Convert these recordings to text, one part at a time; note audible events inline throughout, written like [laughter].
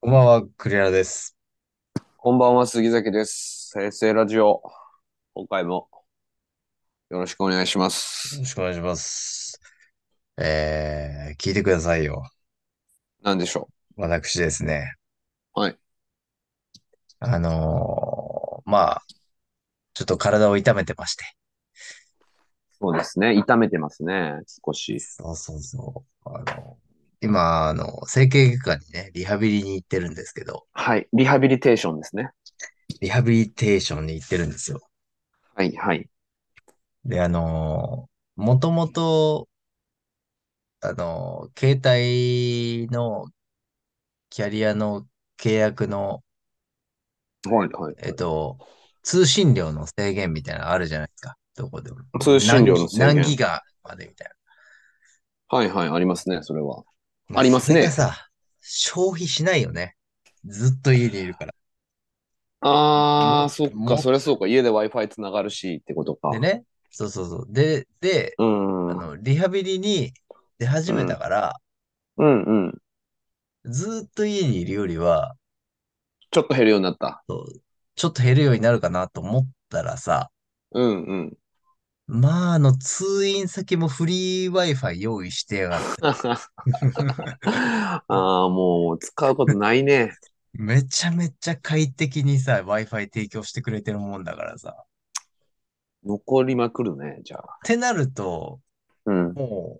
こんばんは、クレラです。こんばんは、杉崎です。平成ラジオ、今回もよろしくお願いしまよす。ろしくお願いします。えー、聞いてくださいよ。なんでしょ私ですね。う。はい。あのーまあ、ちょっと体を痛めてまして。そうですね。痛めてますね、少し。そうそうそう。あの、今、あの、整形外科にね、リハビリに行ってるんですけど、はい。リハビリテーションですね。リハビリテーションに行ってるんですよ。はい、はい。で、あのー、もともと、あのー携帯のキャリアの契約の、はい、はい、えっはと、通信量の制限みたいなのあるじゃないですか。どこでも。い。通信何量のギ、制何限。ギガまでみたいはい、はい、ありますね、それは。な。まああ、りまそすれがね。さ、消費しないよね。ずっと家にいるから。あも、ー、そっか、も、そりゃそうか。家で Wi-Fi つながるしってことでか。ね。そうそうそう。で、で、うあん、うん、の、リハビリに出始うめん、たから、うん。ずっと家にいるよりは、ちょっと減るようになった。そうちょっと減るようになるかなと思ったらさ、うん、うん。 [laughs] [laughs] まあ、あの、通院先もフリー Wi-Fi 用意してやがって。ああ、もう使うことないね。めちゃめちゃ快適にさ、Wi-Fi 提供してくれてるもんだからさ。残りまくるね、じゃあ。ってなると、うん。も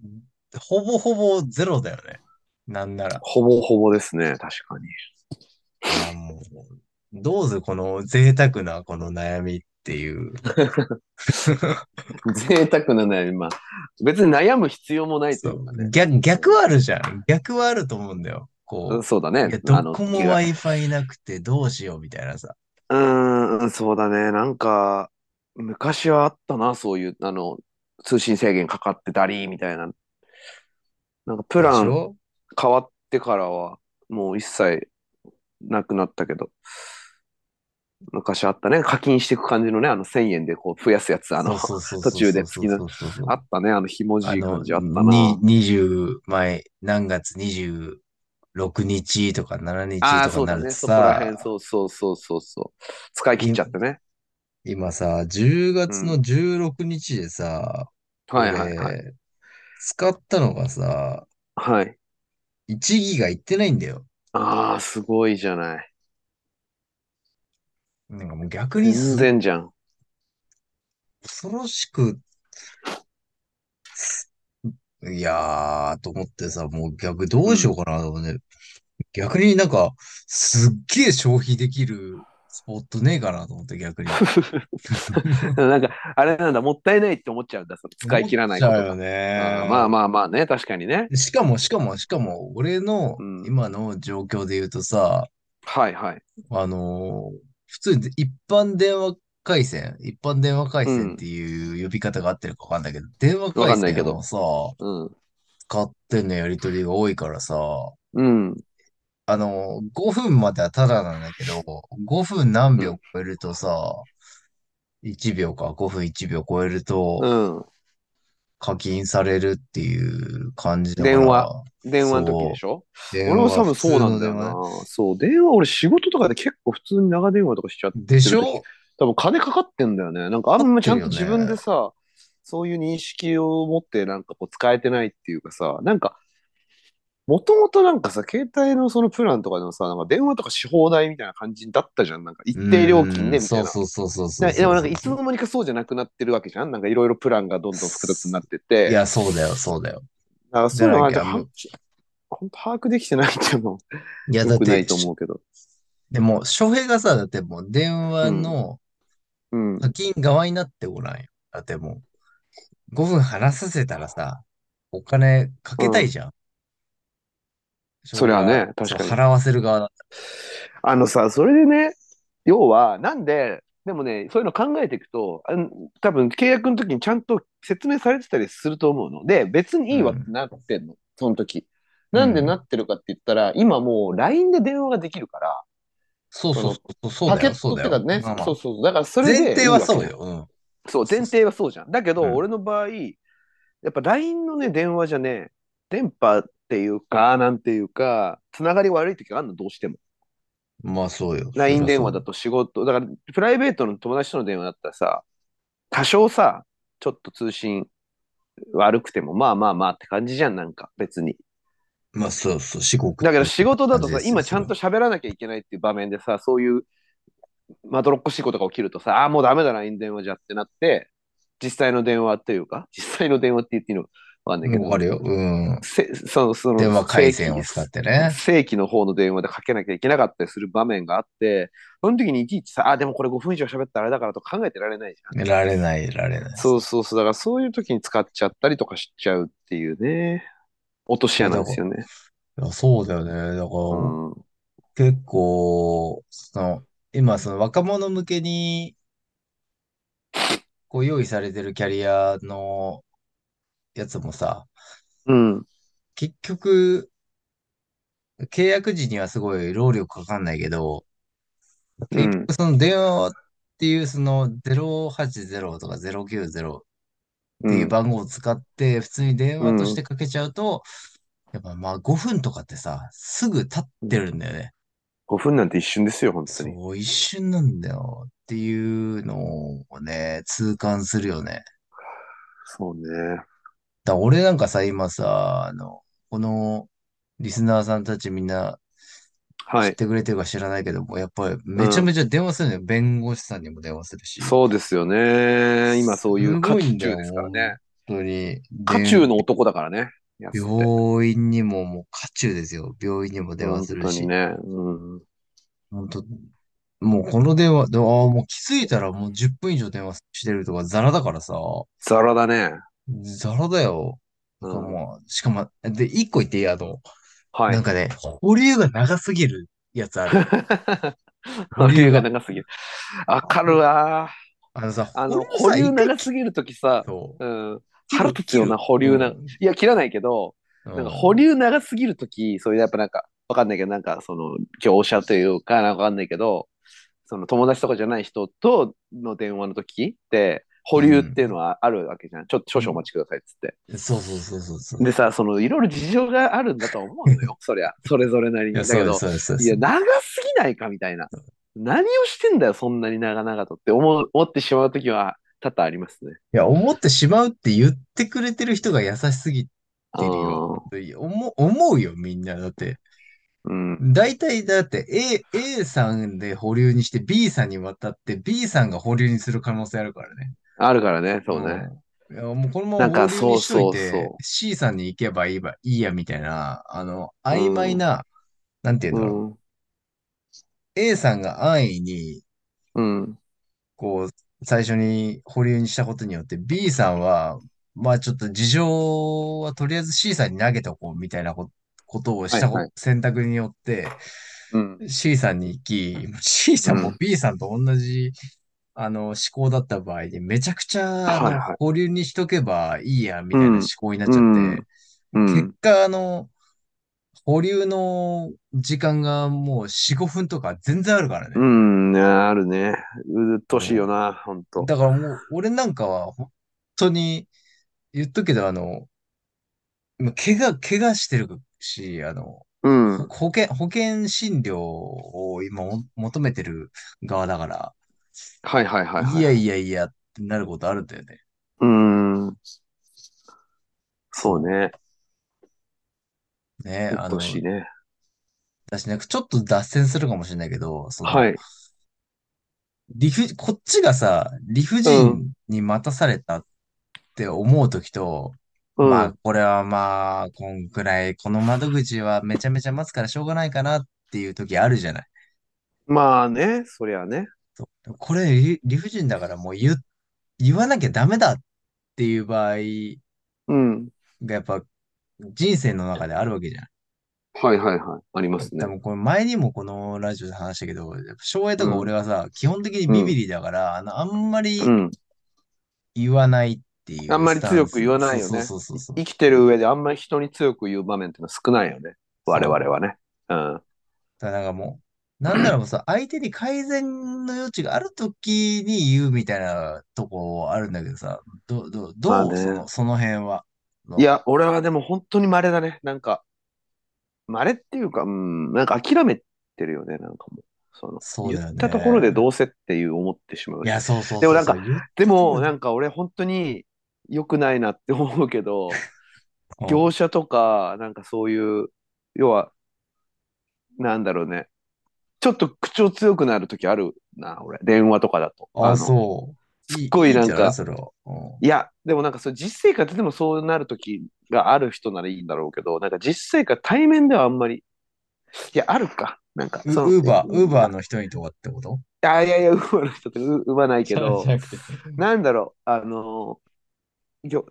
う、ほぼほぼゼロだよね。なんなら。ほぼほぼですね、確かに。いや、もう、どうぞこの贅沢なこの悩みっていう。 [laughs] 贅沢な悩み、まあ、別に悩む必要もないそというう。かね。逆、逆はあうるじゃん。逆はあると思うんだよ。ん、うんこそうだう、いね。や、どあの、こも気が。 Wi-Fi なくてどうしようみたいなさ。うーん、そうだね。なんか、昔はあったな、そういう、あの、通信制限かかってたり、みたいな。なんか、プでラしンょ変わってからは、もう一切なくなったけど。昔あったね。課金していく感じのね、あの1000円でこう増やすやつ、あその、うそうそう途そう中そでうそ月うの、そうそうそあう。ったね、あの、ひもあじいの、感じあったに、な。 20前、何月26日とか7日ああ、とかそうになだるとね、そこら辺、さ、そうそうそうそうそう。使い切っいちゃってね。今さ、10う月のん。 16日でさ、はいはいはい。俺、使ったのがさ、はい。 1ギガいってないんだよ。ああ、すごいじゃない。なんかもう逆に全す、然じゃん。 [laughs] 恐ろしく、いやーと思ってさ、もう逆どう。うしようんかなと思って、逆になんか、すっげー消費できるスポットねえかなと思って逆に。なんか、あれなんだ、もったいないって思っちゃうんだ、その [laughs] 使い思っ切らないちこゃとうよが。あーまあね。まあまあね、確かにね。しかも、しかも、しかも、俺のうん。今の状況で言うとさ、はいはい。あのー普通に一般電話回線、一般電話回う線ってん。いう呼び方があってるかわかんないけど、電話わ回かんないけ線をど。さ、うん。使ってんのやりとりが多いからさ、うん。あのー、5分まではただなんだけど、5分何う秒ん。超えるとさ、1秒か、5分1秒超えると、うん。課金されるっていう感じだか電話、ら、電話の時でそしょう、俺電も話、普多分そう通なんのだよ電話ね。な。そう、電話、俺仕事とかで結構普通に長電話とかしちゃっでてしる時、ょ多分金かかってんだよね。なんかあ合んっまちてゃるんとよ自分でね。さ、そういう認識を持ってなんかこう使えてないっていうかさ、なんかもともとなんかさ、携帯のそのプランとかでもさ、なんか電話とかし放題みたいな感じだったじゃん。なんか一定料金うーでん、みたそいうな。そうそうそうそうなでそもうなそんかういつそのう。間にかそうじゃなくなってるわけじゃん。なんかいろいろプランがどんどん複雑になっていて。や、そうだよ、そうだよ。だからじそゃういうのなは、きじゃゃ、あ、はんむ、本当把握できてないっていうのもいや、良だっくなて、いとし思うけど。でも、翔平がさ、だってもう電う話ん。のう課ん。金側になってごらんよ。だってもう、5分話させたらさ、お金かうけたいん。じゃん。翔それ平はが、ね、そ確う、かに。払わせる側だったあのさ、それでね、要は、なんで、でもね、そういうの考えていくと、あの多分契約の時にちゃんと説明されてたりすると思うの。で、別にういいわってん、なってんの、その時。う。なんでなんってるかって言ったら、今もう LINE で電話ができるから、そうそそうの、そう、そうパだケよ、ッそうトっだていうかよ。ね、まあまそあ。うそうそう、だからそれ前で提いいはわけそうじゃん。よ、うん。そう、そう前そう。提はそうじゃん。だけうど、ん。俺の場合、やっぱ LINE のね、電話じゃね、電波ていうか、なんていうか、つながり悪い時があるの、どうしても。まあそうよ。 LINE 電話だと。と仕事、だからプライベートの友達との電話だったらさ、多少さ、ちょっと通信悪くても、まあまあまあって感じじゃん、なんか別に。まあそうそう、四国。だけど仕事だと感さ、じですよ今ちゃんと喋らなきゃいけないっていう場面でさ、そういうまどろっこしいことが起きるとさ、ああー、もうダメだな、LINE 電話じゃってなって、実際の電話というか、実際の電話って言っていいのかわかんないけもうどあ、るよ。うん。せそのその電話回線を使ってね。正規の方の電話でかけなきゃいけなかったりする場面があって、その時にいちいちさ、あ、でもこれ5分以上喋ったらあれだからとか考えてられないじゃん。られない、られない。そうそうそう、だからそういう時に使っちゃったりとかしちゃうっていうね、落とし穴ですよね。いやそうだよね。だかうら、ん。うん結構、その、今、その若者向けに、こう、用意されてるキャリアのやつもさ、。結局、契約時にはすごい労力かかんないけど、う結ん局その電話っていうその080とか090っう。ていうん番号を使って普通に電う話とん。してかけちゃうと、やっぱまあ5分とかってさ、すぐ経ってるんだよね。 5分なんて一瞬ですよ、本当に。そう、一瞬なんだよっていうのをね、痛感するよね。そうね。だから俺なんかさ、今さ、あの、このリスナーさんたちみんなは知っい。てくれてるか知らないけども、やっぱりうめちゃん。めちゃ電話するのよ。弁護士さんにも電話するし。そうですよね。今すそういう渦ごいんだ中よ、ですから本ね。当に。渦中で、の男だからね。やつって。病院にももう渦中ですよ。病院にも電話本する当にし。ね。うん。本当もうこの電話、でああ、もう気づいたらもう10分以上電話してるとかザラだからさ、ザラだね。ザラだよ。うだからん。もう、しかも、で、一個言っていいあの、はなんい。かね、保留が長すぎるやつある。 [laughs] 保保留留がが。長すぎる。わあかるわ。あのさ、あ保の、留保さ、留一回長き、すぎるときさ、そう、うん、切腹る、立つ切ようなる。保う留な、ん、いや、切らないけど、うなんか保ん、留長すぎるとき、そういうやっぱなんか、わかんないけど、なんかその、業者というか、なんかわかんないけど、その友達とかじゃない人との電話のときって、う保留っていうのん。はあるわけじゃん。ちょっと少々お待ちくださいっつって。そうそうそうそうそう。でさ、その、いろいろ事情があるんだとは思う [laughs] のよ。そりゃ、それぞれなりいや、に。だそうでけす、ど、そうです、そうでいや、す。長すぎないかみたいな。何をしてんだよ、そんなに長々とって思う、思ってしまうときは多々ありますね。いや、思ってしまうって言ってくれてる人が優しすぎうてるよ。ん。思、思うよ、みんな。だって。うん。大体、だって A、A さんで保留にして B さんに渡って B さんが保留にする可能性あるからね。あるからね、そうね。うん。いや、もうこのままな保んか、留にそうしといそうてそ C さんに行けばいいば、いいや、みたいな、あの、う。曖昧うん。な、なんて言うんうだろん。う。A さんが安易に、うん。こう、最初に保留にしたことによって B さんは、まあちょっと事情はとりあえず C さんに投げとこうみたいなこ、ことをしはたいこはと、い。選択によってうん。 C さんに行き、C うさんもん。 B さんと同じ、あの、思考だった場合にめちゃくちゃ、あはいの、はい。保留にしとけばいいや、みうたいなん思ん。考になっうちゃっん。て、う結ん。果、あの、保留の時間がもう4、5分とか全然あるからうね。ん。あるね。うっとうしいよそな、ほんう。と。だからもう、俺なんかは本当に、言っとくけど、あの、ま怪我、怪我してるし、あの、うほん。保険、保険診療を今も求めてる側だから、はいはいはいいはいやはい。いやいやってなることあるんだよね。うん。そうそね。う。ね、うっあとうしの、いね。私なんかちょっと脱線するかもしれないけど、そはの、い。理不、こっちがさ、理不うん。尽に待たされたって思うときと、うまあ、ん。これはまあ、こんくらい、この窓口はめちゃめちゃ待つからしょうがないかなっていうときあるじゃない。まあね、そりゃね。そうこれ理理不尽だからもう言う、言わなきゃダメだっていう場合うん。がやっぱ人生の中であるわけじゃん。はいはいはい。あります多ね。分これ前にもこのラジオで話したけど、やっぱ翔平うとか俺ん。はさ、基本的にうビビん。リだから、あの、あんまうりん。言わないってあいんうまスりタン強く言ス。わなそういよそうね。そうそういそう。生きてる上であんまり人に強く言う場面ってのは少ないよね。我々そう。はね。うん。だからなんかもう、なんならもうさ、相手に改善の余地があるときに言うみたいなとこあるんだけどさ、どう、どう、まあどうそね。の、その辺は。いのや、俺はでも本当に稀だね。なんか。まあ、あれっていうか、うん、なんか諦めてるよね、なんかもう。その、そう言だっよたところでね。どうせっていう思ってしまういや、し。そうそうでもそうなんそう。か、言っでたとこもろなで。んか俺本当に良くないなって思う [laughs] けど、う業ん。者とか、なんかそういう、要は、なんだろうね。ちょっと口を強くなるときあるな、俺。電話とかだと。ああ、の、そう。すっいごい、いいいんなじんゃないか、それは。うん。いや、でもなんかそう、実生活でもそうなるときがある人ならいいんだろうけど、なんか実生活、対面ではあんまり、いや、あるか。なんか、その、ウ、ウーえバー、ウーまバーあ、の人にとかってことあ、いやいや、産まない人っ [laughs] てう産まないけそうじど、ゃなくて。なんだろう、あの、ぎょ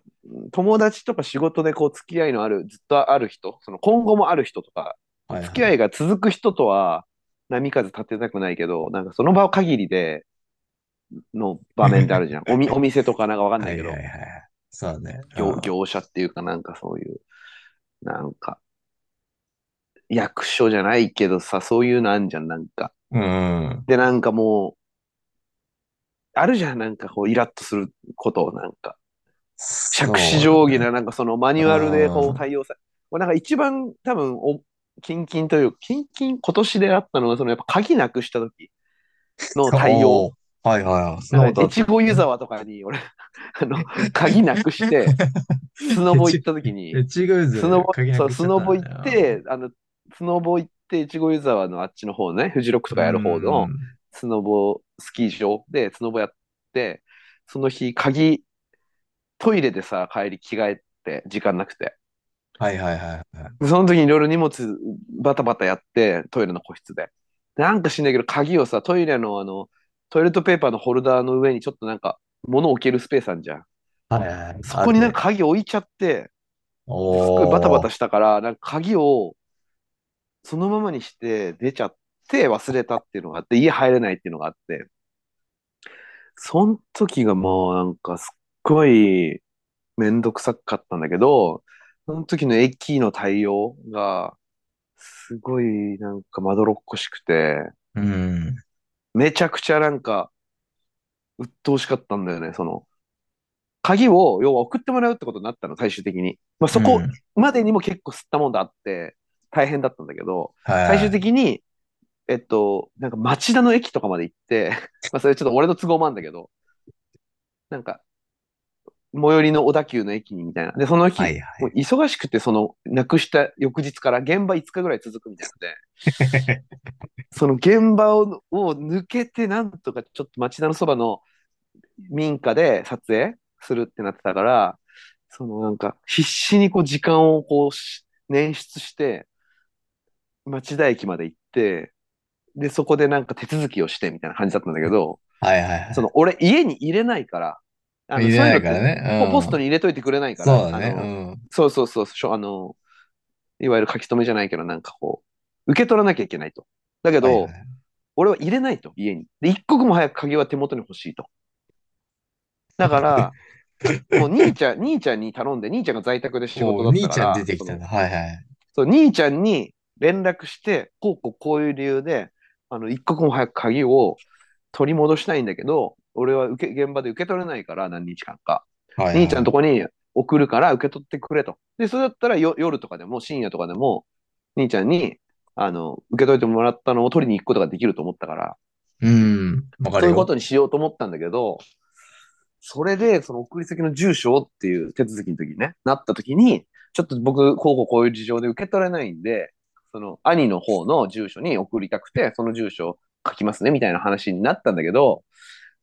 友達とか仕事でこう、付き合いのある、ずっとある人、その今後もある人とか、はい付はき合い。いが続く人とは、波風立てたくないけど、なんかその場限りでの場面ってあるじゃん。 [laughs] おみ、お店とかなんかわかんはないいけはいはど、い。そうね。う業、ん。業者っていうかなんかそういう、なんか、役所じゃないけどさ、そういうのあんじゃん、なんか。うん。で、なんかもう、あるじゃん、なんかこう、イラッとすることを、なんか、杓子そう定規ね。な、なんかそのマニう。ュアルでこうん対応さ、これなんか一番多分お、キンキンというか、キンキン今年であったのが、そのやっぱ鍵なくした時の対お応。ー。はいはいはい。そんなんなことか、あっ越後湯た。沢とかに、俺、あの、鍵なくして、 [laughs] スノえボ行っち、た時に、えちぐいスノず、ボ、鍵なそう、くしスちゃっノたボん行っだて、よ。あの、スノボ行って、越後湯沢のあっちの方ね、フジロックとうかやる方の、ん。スノボ、スキー場で、スノボやって、その日、鍵、トイレでさ、帰り着替えて、時間なくて。はいはいはいはい。でその時にいろいろ荷物バタバタやって、トイレの個室で。なんか知んないけど、鍵をさ、トイレのあの、トイレットペーパーのホルダーの上にちょっとなんか、物を置けるスペースあるじゃん。はいはいはい。そあこるになんね。か鍵置いちゃって、ですっごいバタバおター。したから、なんか鍵をそのままにして出ちゃって忘れたっていうのがあって、家入れないっていうのがあって、その時がもうなんかすっごいめんどくさかったんだけど、その時の駅の対応がすごいなんかまどろっこしくて、うん。めちゃくちゃなんか鬱陶しかったんだよね、その。鍵を要は送ってもらうってことになったの、最終的に。まあ、うそこん。までにも結構吸ったもんだあって、大変だったんだけど、最終は的に、えっと、なんか町田の駅とかまで行って、 [laughs] まあそれちょっと俺の都合もあるんだけど、なんか最寄りの小田急の駅にみたいな。で、そのいは日、い。はもうい忙しくて、その、なくした翌日から現場5日ぐらい続くみたいなので、はい。 [laughs] その現場を、を抜けて、なんとかちょっと町田のそばの民家で撮影するってなってたから、そのなんか必死にこう時間をこうし捻出して、町田駅まで行って、で、そこでなんか手続きをしてみたいな感じだったんだけど、はいはいそはの俺家に入れないから、あい。の、入れそういうなのいっからてポ、ポスね。トうん。に入れといてくれないかそうら、だあね。の、うん。そうそうそう、しょあの、いわゆる書き留めじゃないけど、なんかこう、受け取らなきゃいけないと。だけはいはど、い。俺は入れないと、家に。で、一刻も早く鍵は手元に欲しいと。だから、 [laughs] もう兄ちゃん、兄ちゃんに頼んで、兄ちゃんが在宅で仕お事う、だ兄ったかちゃん出ら、てそきたの、な。はいはい。そう、兄ちゃんに連絡して、こうこうこういう理由で、あの、一刻も早く鍵を取り戻したいんだけど、俺は受け、現場で受け取れないから、何日間か。はい兄ちゃんのとはこに送るから受け取ってくれと。で、それだったらよ夜とかでも、深夜とかでも、兄ちゃんに、あの、受け取ってもらったのを取りに行くことができると思ったから、い。うん。わかそるういうこよ。とにしようと思ったんだけど、それで、その送り先の住所をっていう手続きの時にね、なった時に、ちょっと僕、こうこうこういう事情で受け取れないんで、その兄の方の住所に送りたくて、その住所を書きますね、みたいな話になったんだけど、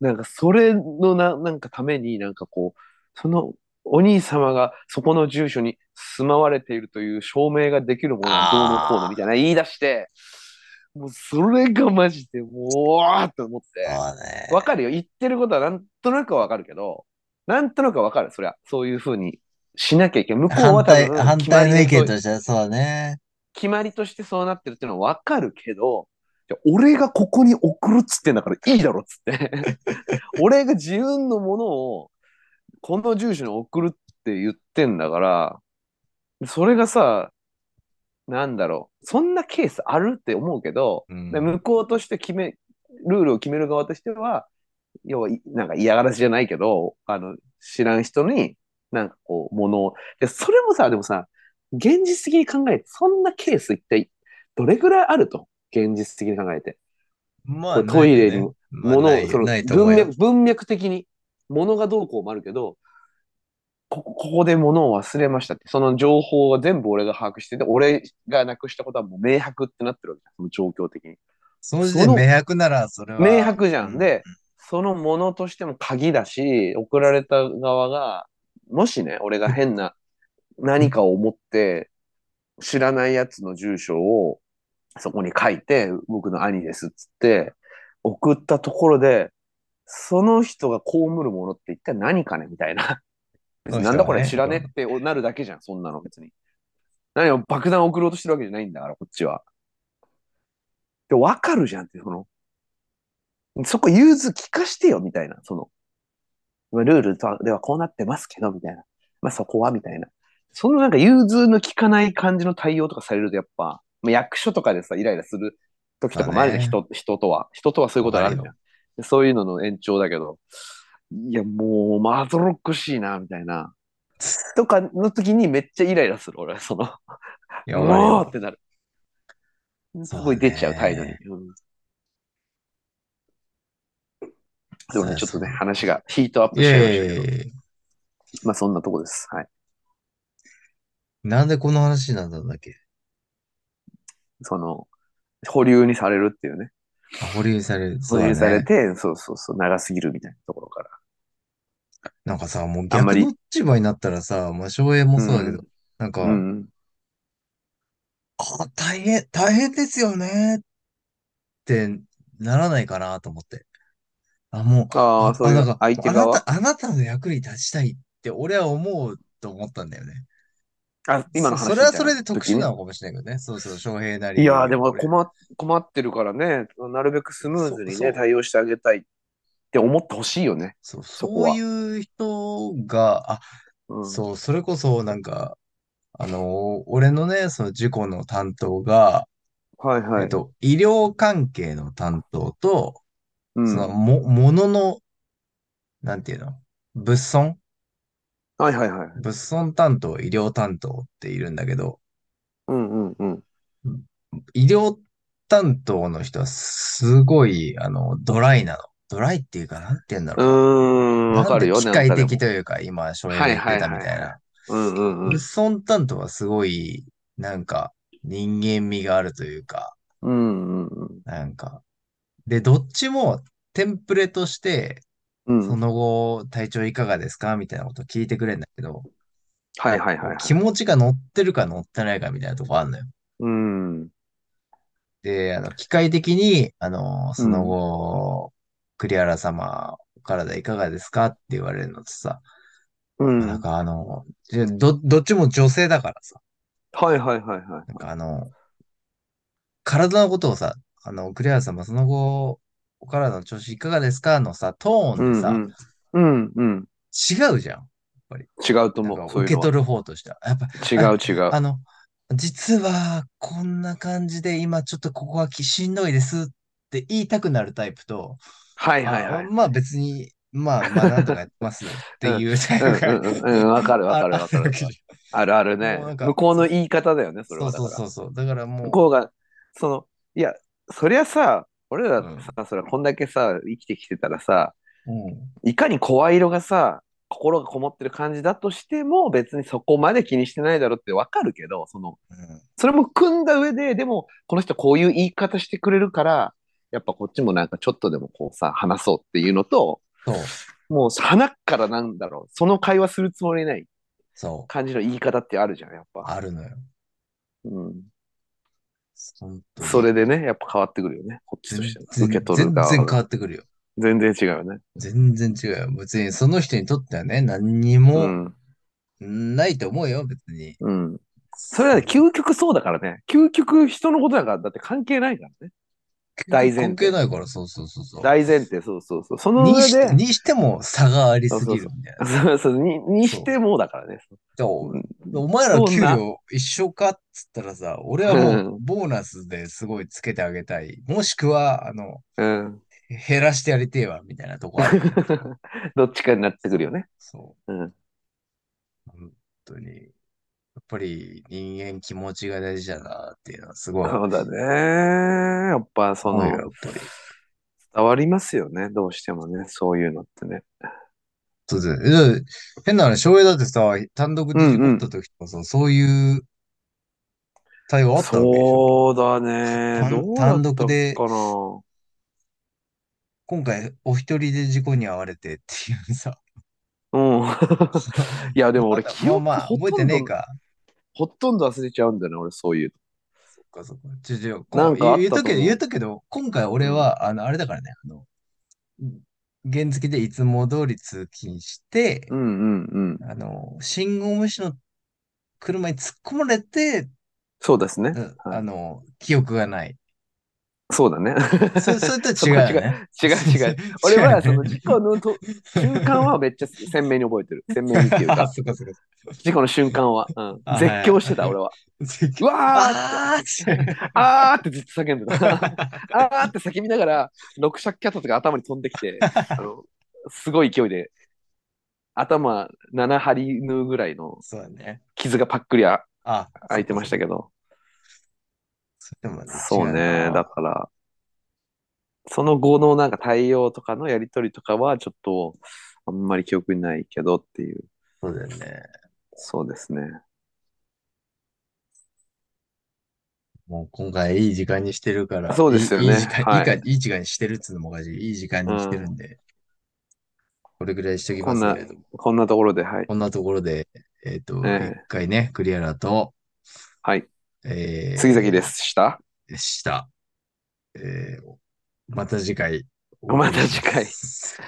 なんかそれのな、なんかためになんかこう、そのお兄様がそこの住所に住まわれているという証明ができるものはどうのこうのみあたいな言い出して、もうそれがマジで、もう、わーって思って、あ、そうわね。かるよ。言ってることはなんとなくはわかるけど、なんとなくはわかる。そりゃ、そういうふうにしなきゃいけない。向こう反は多対、分、反決ま対りので意そ見う、としてはそうだね。決まりとしてそうなってるっていうのはわかるけど、じゃあ俺がここに送るっつってんだからいいだろっつって。 [laughs] 俺が自分のものをこの住所に送るって言ってんだから、それがさ、なんだろう、そんなケースあるって思うけど、うでん。向こうとして決め、ルールを決める側としては、要はい、なんか嫌がらせじゃないけど、あの、知らん人に、なんかこう、物を、で、それもさ、でもさ、現実的に考えて、そんなケース一体どれぐらいあると現実的に考えて。まこあ、れトイレにも、まあ、物をないそのないと思文うよ脈、文脈的に、物がどうこうもあるけど、ここ、ここで物を忘れましたって、その情報は全部俺が把握してて、俺がなくしたことはもう明白ってなってるわけじゃん、その状況的に。その時点そので明白なら、それは。明白じゃん。う、で、そのものとしても鍵だし、送られた側が、もしね、俺が変な何かを持って、知らないやつの住所をそこに書いて、僕の兄ですっつって、送ったところで、その人が被るものって一体何かねみたいな。そうですよねなんだこれ知らねえってなるだけじゃん、そんなの別に。何を爆弾送ろうとしてるわけじゃないんだから、こっちは。で、わかるじゃんって、その、そこ融通聞かしてよ、みたいな、その、まあルールとはではこうなってますけど、みたいな。まあそこは、みたいな。そのなんか融通の聞かない感じの対応とかされると、やっぱ、まあ、役所とかでさ、イライラする時とかもあるじゃん、まあ人、人とは。人とはそういうことあるじゃあるん。でそういうのの延長だけど、いや、もう、まどろっこしいな、みたいな。とかの時にめっちゃイライラする、俺は、その、いや、わかるもうっよてなる。すそうだねごい出ちゃう態度に。うんでもね、ちょっとね、話がヒートアップいしちゃやいいましやたけいど、や [laughs] いやまあそんなとこです。はい。なんでこの話になったんだっけその、保留にされるっていうね。あ保留される。そ保うだ留ねされて、そうそうそう、長すぎるみたいなところから。なんかさ、もうあん逆まりの立場になったらさ、まあ、翔平もそうだけど、うんなんか、うん。あ、大変、大変ですよねってならないかなと思って。あ、もう、ああ、あ、そうあいなんか、う相もう手あな側た、あなたの役に立ちたいって俺は思うと思ったんだよね。あ、今のそそ話みれはたいそなれで特時殊ねなのかもしれないけどね。そうそう、翔平ないり。やー、でも俺困っ、困ってるからね、なるべくスムーズにそうそね、う対応してあげたいって思ってほしいよね。そう、そこそうはいう人が、あ、うん。そう、それこそなんか、あの、俺のね、その事故の担当が、はいはえっい。と、医療関係の担当と、うそん。の、も、ものの、なんていうの物損はいはいはい。物損担当、医療担当っているんだけど、うんうんうん。医療担当の人はすごい、あの、ドライなの。ドライっていうか、なんて言うんだうろーう。ん、わなんかるでよ、機なん械かで的も。というか、今、翔平がは言っていはいたはみいたいはな。い。うんうんう物ん。損担当はすごい、なんか、人間味があるというか、うんうんなんか。で、どっちも、テンプレとして、うん。うそん。の後、体調いかがですかみたいなこと聞いてくれるんだけど、はいはいはいはい。気持ちが乗ってるか乗ってないかみたいなとこあるのよ。うん。で、あの、機械的に、あの、うそのん。後、栗原様、お体いかがですかって言われるのとさ、うあなんん。かあの、じゃど、どっちも女性だからさ、はいはいはいはなんかあの、体のことをさ、あの、栗原様、その後、お体の調子いかがですかのさ、トーい。うンでんうさ、ん。うんうん。違うじゃん。やっぱり。違うとなん思う、か、そういう受けのは。取る方としては。やっぱ、違あ、う違う。あの、実は、こんな感じで、今ちょっとここがきしんどいですって言いたくなるタイプと、はいはいあ、はい。まあ別に、まあまあなんとかやってますよってうんいうタイうプがんうんうんうん、わかるわあかるあわるかわるけわかる。じあるあるゃん。もうね。なんか、向こうそのう言い方だよね、それそうはだそうかそら。うそう。だから向もこうが、その、いや、そりゃさ、俺う、らうん、さ、そりゃこんだけさ、生きてきてたらさ、うん、いかに声色がさ、心がこもってる感じだとしても、別にそこまで気にしてないだろうってわかるけど、その、うんそれも組んだ上で、でも、この人こういう言い方してくれるから、やっぱこっちもなんかちょっとでもこうさ、話そうっていうのと、そう、もう鼻からなんだろう、その会話するつもりないそう、感じの言い方ってあるじゃん、やっぱ。あるのよ。うん。本当そに。れでね、やっぱ変わってくるよね、こっちとして全は。受け然、取る全然側変が。わってくるよ。全然違うよね。全然違うよ。別にその人にとってはね、何にうもん。ないと思うよ、別に。うん。それはそねう究極そうだからね。究極人のことなんかだって関係ないからね。結大局前関係提。ないから、そうそうそうそ。大前提、そうそうそう。そうのに上し、で、にしても差がありそうすそうぎそるみたいなう。ね。そうそう。に、にそしう。てもだからね。でもお前らそん給な、料一緒かっつったらさ、俺はう、もうんボーナスですごいつけてあげたい。もしくは、あの、うん。 [laughs] 減らしてやりてえわ、みたいなとこあるよね。どっちかになってくるよね。そうん。う。本当に。やっぱり人間気持ちが大事だなっていうのはすごいそうだね。やっぱそ思うよ、の、やっぱり。伝わりますよね。どうしてもね、そういうのってね。そうだよねだって変な話、翔平だってさ、単独で事故った時とかさ、そういう対応あったわけでしょそうだね。単どうだ単った独かでな。今回お一人で事故に遭われてっていうさ。うん。 [laughs] いや、でもま俺、だ、記 [laughs] まあ憶まあ、ほ覚えとてんねど、えか。ほとんど忘れちゃうんだよね、俺、そういうそっかそっか。ちょ、ちょ、の。こなう、んか言うあっ言うたととけど、言思うとけど、今回う。俺うん。は、あの、あれだからね、あの、原付でいつも通り通勤して、うんうんうん。あの、信号無視の車に突っ込まれて、そうですね。うんはあい。の、記憶がない。そうだね。 [laughs] そ、それとそこは違う違よう、ね。違うそう違そうう。俺 [laughs] 違うよはそね。の事故のと瞬間はめっちゃ鮮明に覚え [laughs] てる。鮮明にっていうあ、か、そっかそっか。事故の瞬間は。うん。あ、絶はい叫してた、は俺は。い。絶叫うわーって。あーっあーってずっと叫んでた。 [laughs] て。あーって叫びながら、六尺キャットとか頭に飛んで [laughs] きて、あの、すごい勢いで、頭7針縫うぐらいのそうだね。傷がパックリああ、そ開っいてかまそしっか。たけど。それでもね、違そううね。だな。から、その後のなんか対応とかのやりとりとかは、ちょっと、あんまり記憶にないけどっていう。そうだよね。そうですね。もう今回いい時間にしてるから、そういですよい、いい時ね。間、いいはか、い。いい時間にしてるっつうのもおかしい。いい時間うにしてん。るんで、これぐらいしときまこんすけな、れども。こんなところで、はい。こんなところで、えっと、一ええ回ね、クリアラと、はい。杉崎えでした。ー、した。えー、また次回お送まりたし次ま回。す。